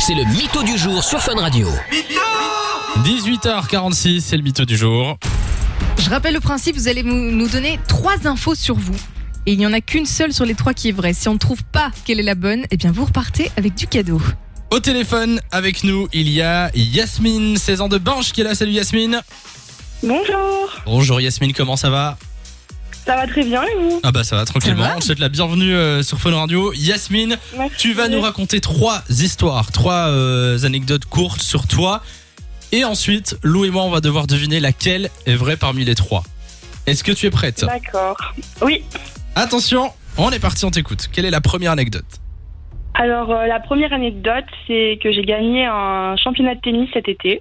c'est le mytho du jour sur Fun Radio. 18h46, c'est le mytho du jour. Je rappelle le principe, vous allez nous nous donner trois infos sur vous. Et il n'y en a qu'une seule sur les trois qui est vraie. Si on ne trouve pas quelle est la bonne, eh bien vous repartez avec du cadeau. Au téléphone, avec nous, il y a Yasmine, 16 ans de Banche, qui est là. Salut Yasmine. Bonjour, Bonjour Yasmine, comment ça va ça va très bien et vous Ah bah ça va tranquillement. Ça va On te souhaite la bienvenue euh, sur Fun Radio. Yasmine, Merci. tu vas nous raconter trois histoires, trois euh, anecdotes courtes sur toi. Et ensuite, Lou et moi, on va devoir deviner laquelle est vraie parmi les trois. Est-ce que tu es prête Bah. D'accord. Oui, Attention, on est parti, on t'écoute. Quelle est la première anecdote alors euh, la première anecdote, c'est que j'ai gagné un championnat de tennis cet été.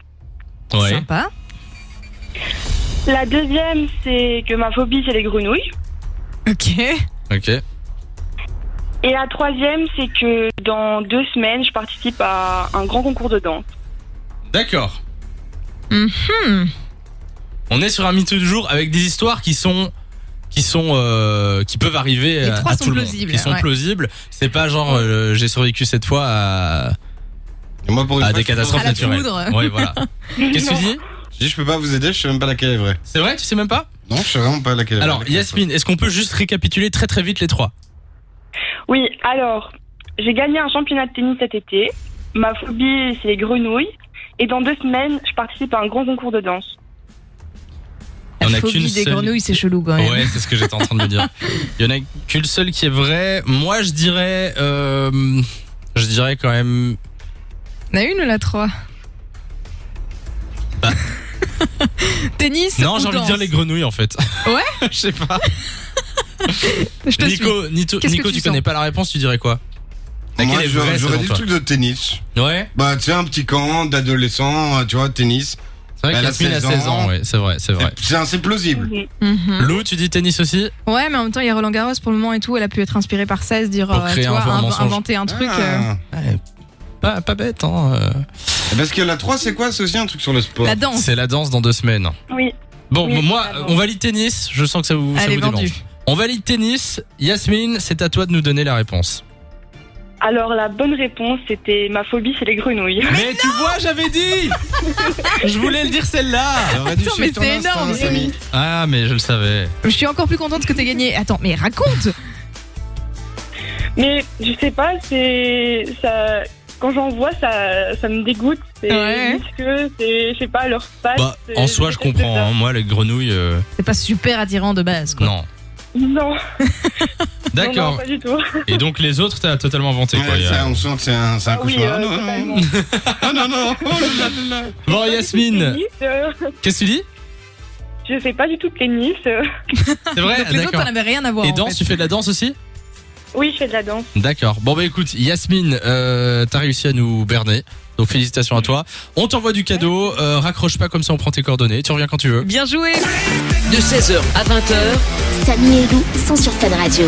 Sympa. La deuxième, c'est que ma phobie, c'est les grenouilles. Ok. Ok. Et la troisième, c'est que dans deux semaines, je participe à un grand concours de danse. D'accord. Mm-hmm. On est sur un mytho du jour avec des histoires qui sont qui sont euh, qui peuvent arriver Les à, trois à sont tout le monde, plausibles, qui sont ouais. plausibles. C'est pas genre euh, j'ai survécu cette fois à, Et moi, pour une à fois, Ah, des je peux pas- catastrophes À la naturelles. poudre. Ouais, voilà. Qu'est-ce que tu Non. dis Je dis, je peux pas vous aider, je sais même pas laquelle est vraie. C'est vrai, tu sais même pas Non, je sais vraiment pas laquelle est vraie. Alors Laquelle est Yasmine, est-ce qu'on peut juste récapituler très très vite les trois Oui, alors, j'ai gagné un championnat de tennis cet été. Ma phobie, c'est les grenouilles. Et dans deux semaines, je participe à un grand concours de danse. Il y en La a phobie qu'une des seule. grenouilles, c'est chelou quand même. Ouais, c'est ce que j'étais en train de me dire. Il y en a qu'une seule qui est vraie. Moi, je dirais euh, je dirais quand même On a une ou la trois Bah. Tennis Non, ou j'ai envie de danse dire les grenouilles en fait. Ouais Je sais pas. Je te suis. Nico, Nito- Qu'est-ce que Nico, tu tu connais sens pas la réponse, tu dirais quoi vraie Bah, Moi, Laquelle est j'aurais- vraie, j'aurais selon dit le toi truc de tennis. Ouais. Bah, tu sais, un petit camp d'adolescents, euh, tu vois, tennis. C'est vrai Elle que a Yasmine 16 a Bah, ans. 16 ans, ouais, c'est vrai, c'est vrai. C'est assez plausible. Mhm. Mhm. Lou, tu dis tennis aussi Ouais, mais en même temps, il y a Roland Garros pour le moment et tout. Elle a pu être inspirée par ça, et se dire, Pour euh, créer tu vois, un faux inv- mensonge. inventer un truc. euh, Ah. pas, pas bête, hein. euh. Parce que la 3, c'est quoi C'est aussi un truc sur le sport. La danse. C'est la danse dans deux semaines. Oui, Bon, Oui, bon, moi, la danse. on valide tennis, je sens que ça vous, ça Elle est vous démange. vendue. On valide tennis, Yasmine, c'est à toi de nous donner la réponse. alors la bonne réponse, c'était ma phobie, c'est les grenouilles. Mais, tu vois, j'avais dit Je voulais le dire celle-là J'aurais dû Attends, suivre mais c'est ton instinct, énorme. Samy. Ah, mais je le savais. Je suis encore plus contente que t'aies gagné. Attends, mais raconte Mais je sais pas, c'est ça. Quand j'en vois, ça, ça me dégoûte. C'est Ouais. visqueux, c'est je sais pas leur Ah, face. Bah, c'est- en soi, je déteste comprends. ça. hein. Moi, les grenouilles, euh, C'est pas super attirant de base, quoi. non. Non, non, non, D'accord. pas du tout. Et donc, les autres, t'as totalement inventé, quoi. Ouais, il y a- ça, On sent que c'est un c'est un Ah oui, cauchemar. euh, Non, non, totalement. non. Ah, non, non. Oh là là là. Bon, Yasmine, Tennis, euh, qu'est-ce que tu dis je sais pas du tout de tennis. euh. C'est vrai Donc les autres, D'accord. t'en avais rien à voir. Et en danse, fait. tu fais de la danse aussi Oui, je fais de la danse. D'accord. Bon bah écoute, Yasmine, euh, t'as réussi à nous berner. Donc félicitations à toi. On t'envoie du cadeau. euh, raccroche pas comme ça, on prend tes coordonnées. Tu reviens quand tu veux. Bien joué De 16h à 20h, Samy et Lou sont sur Fan Radio.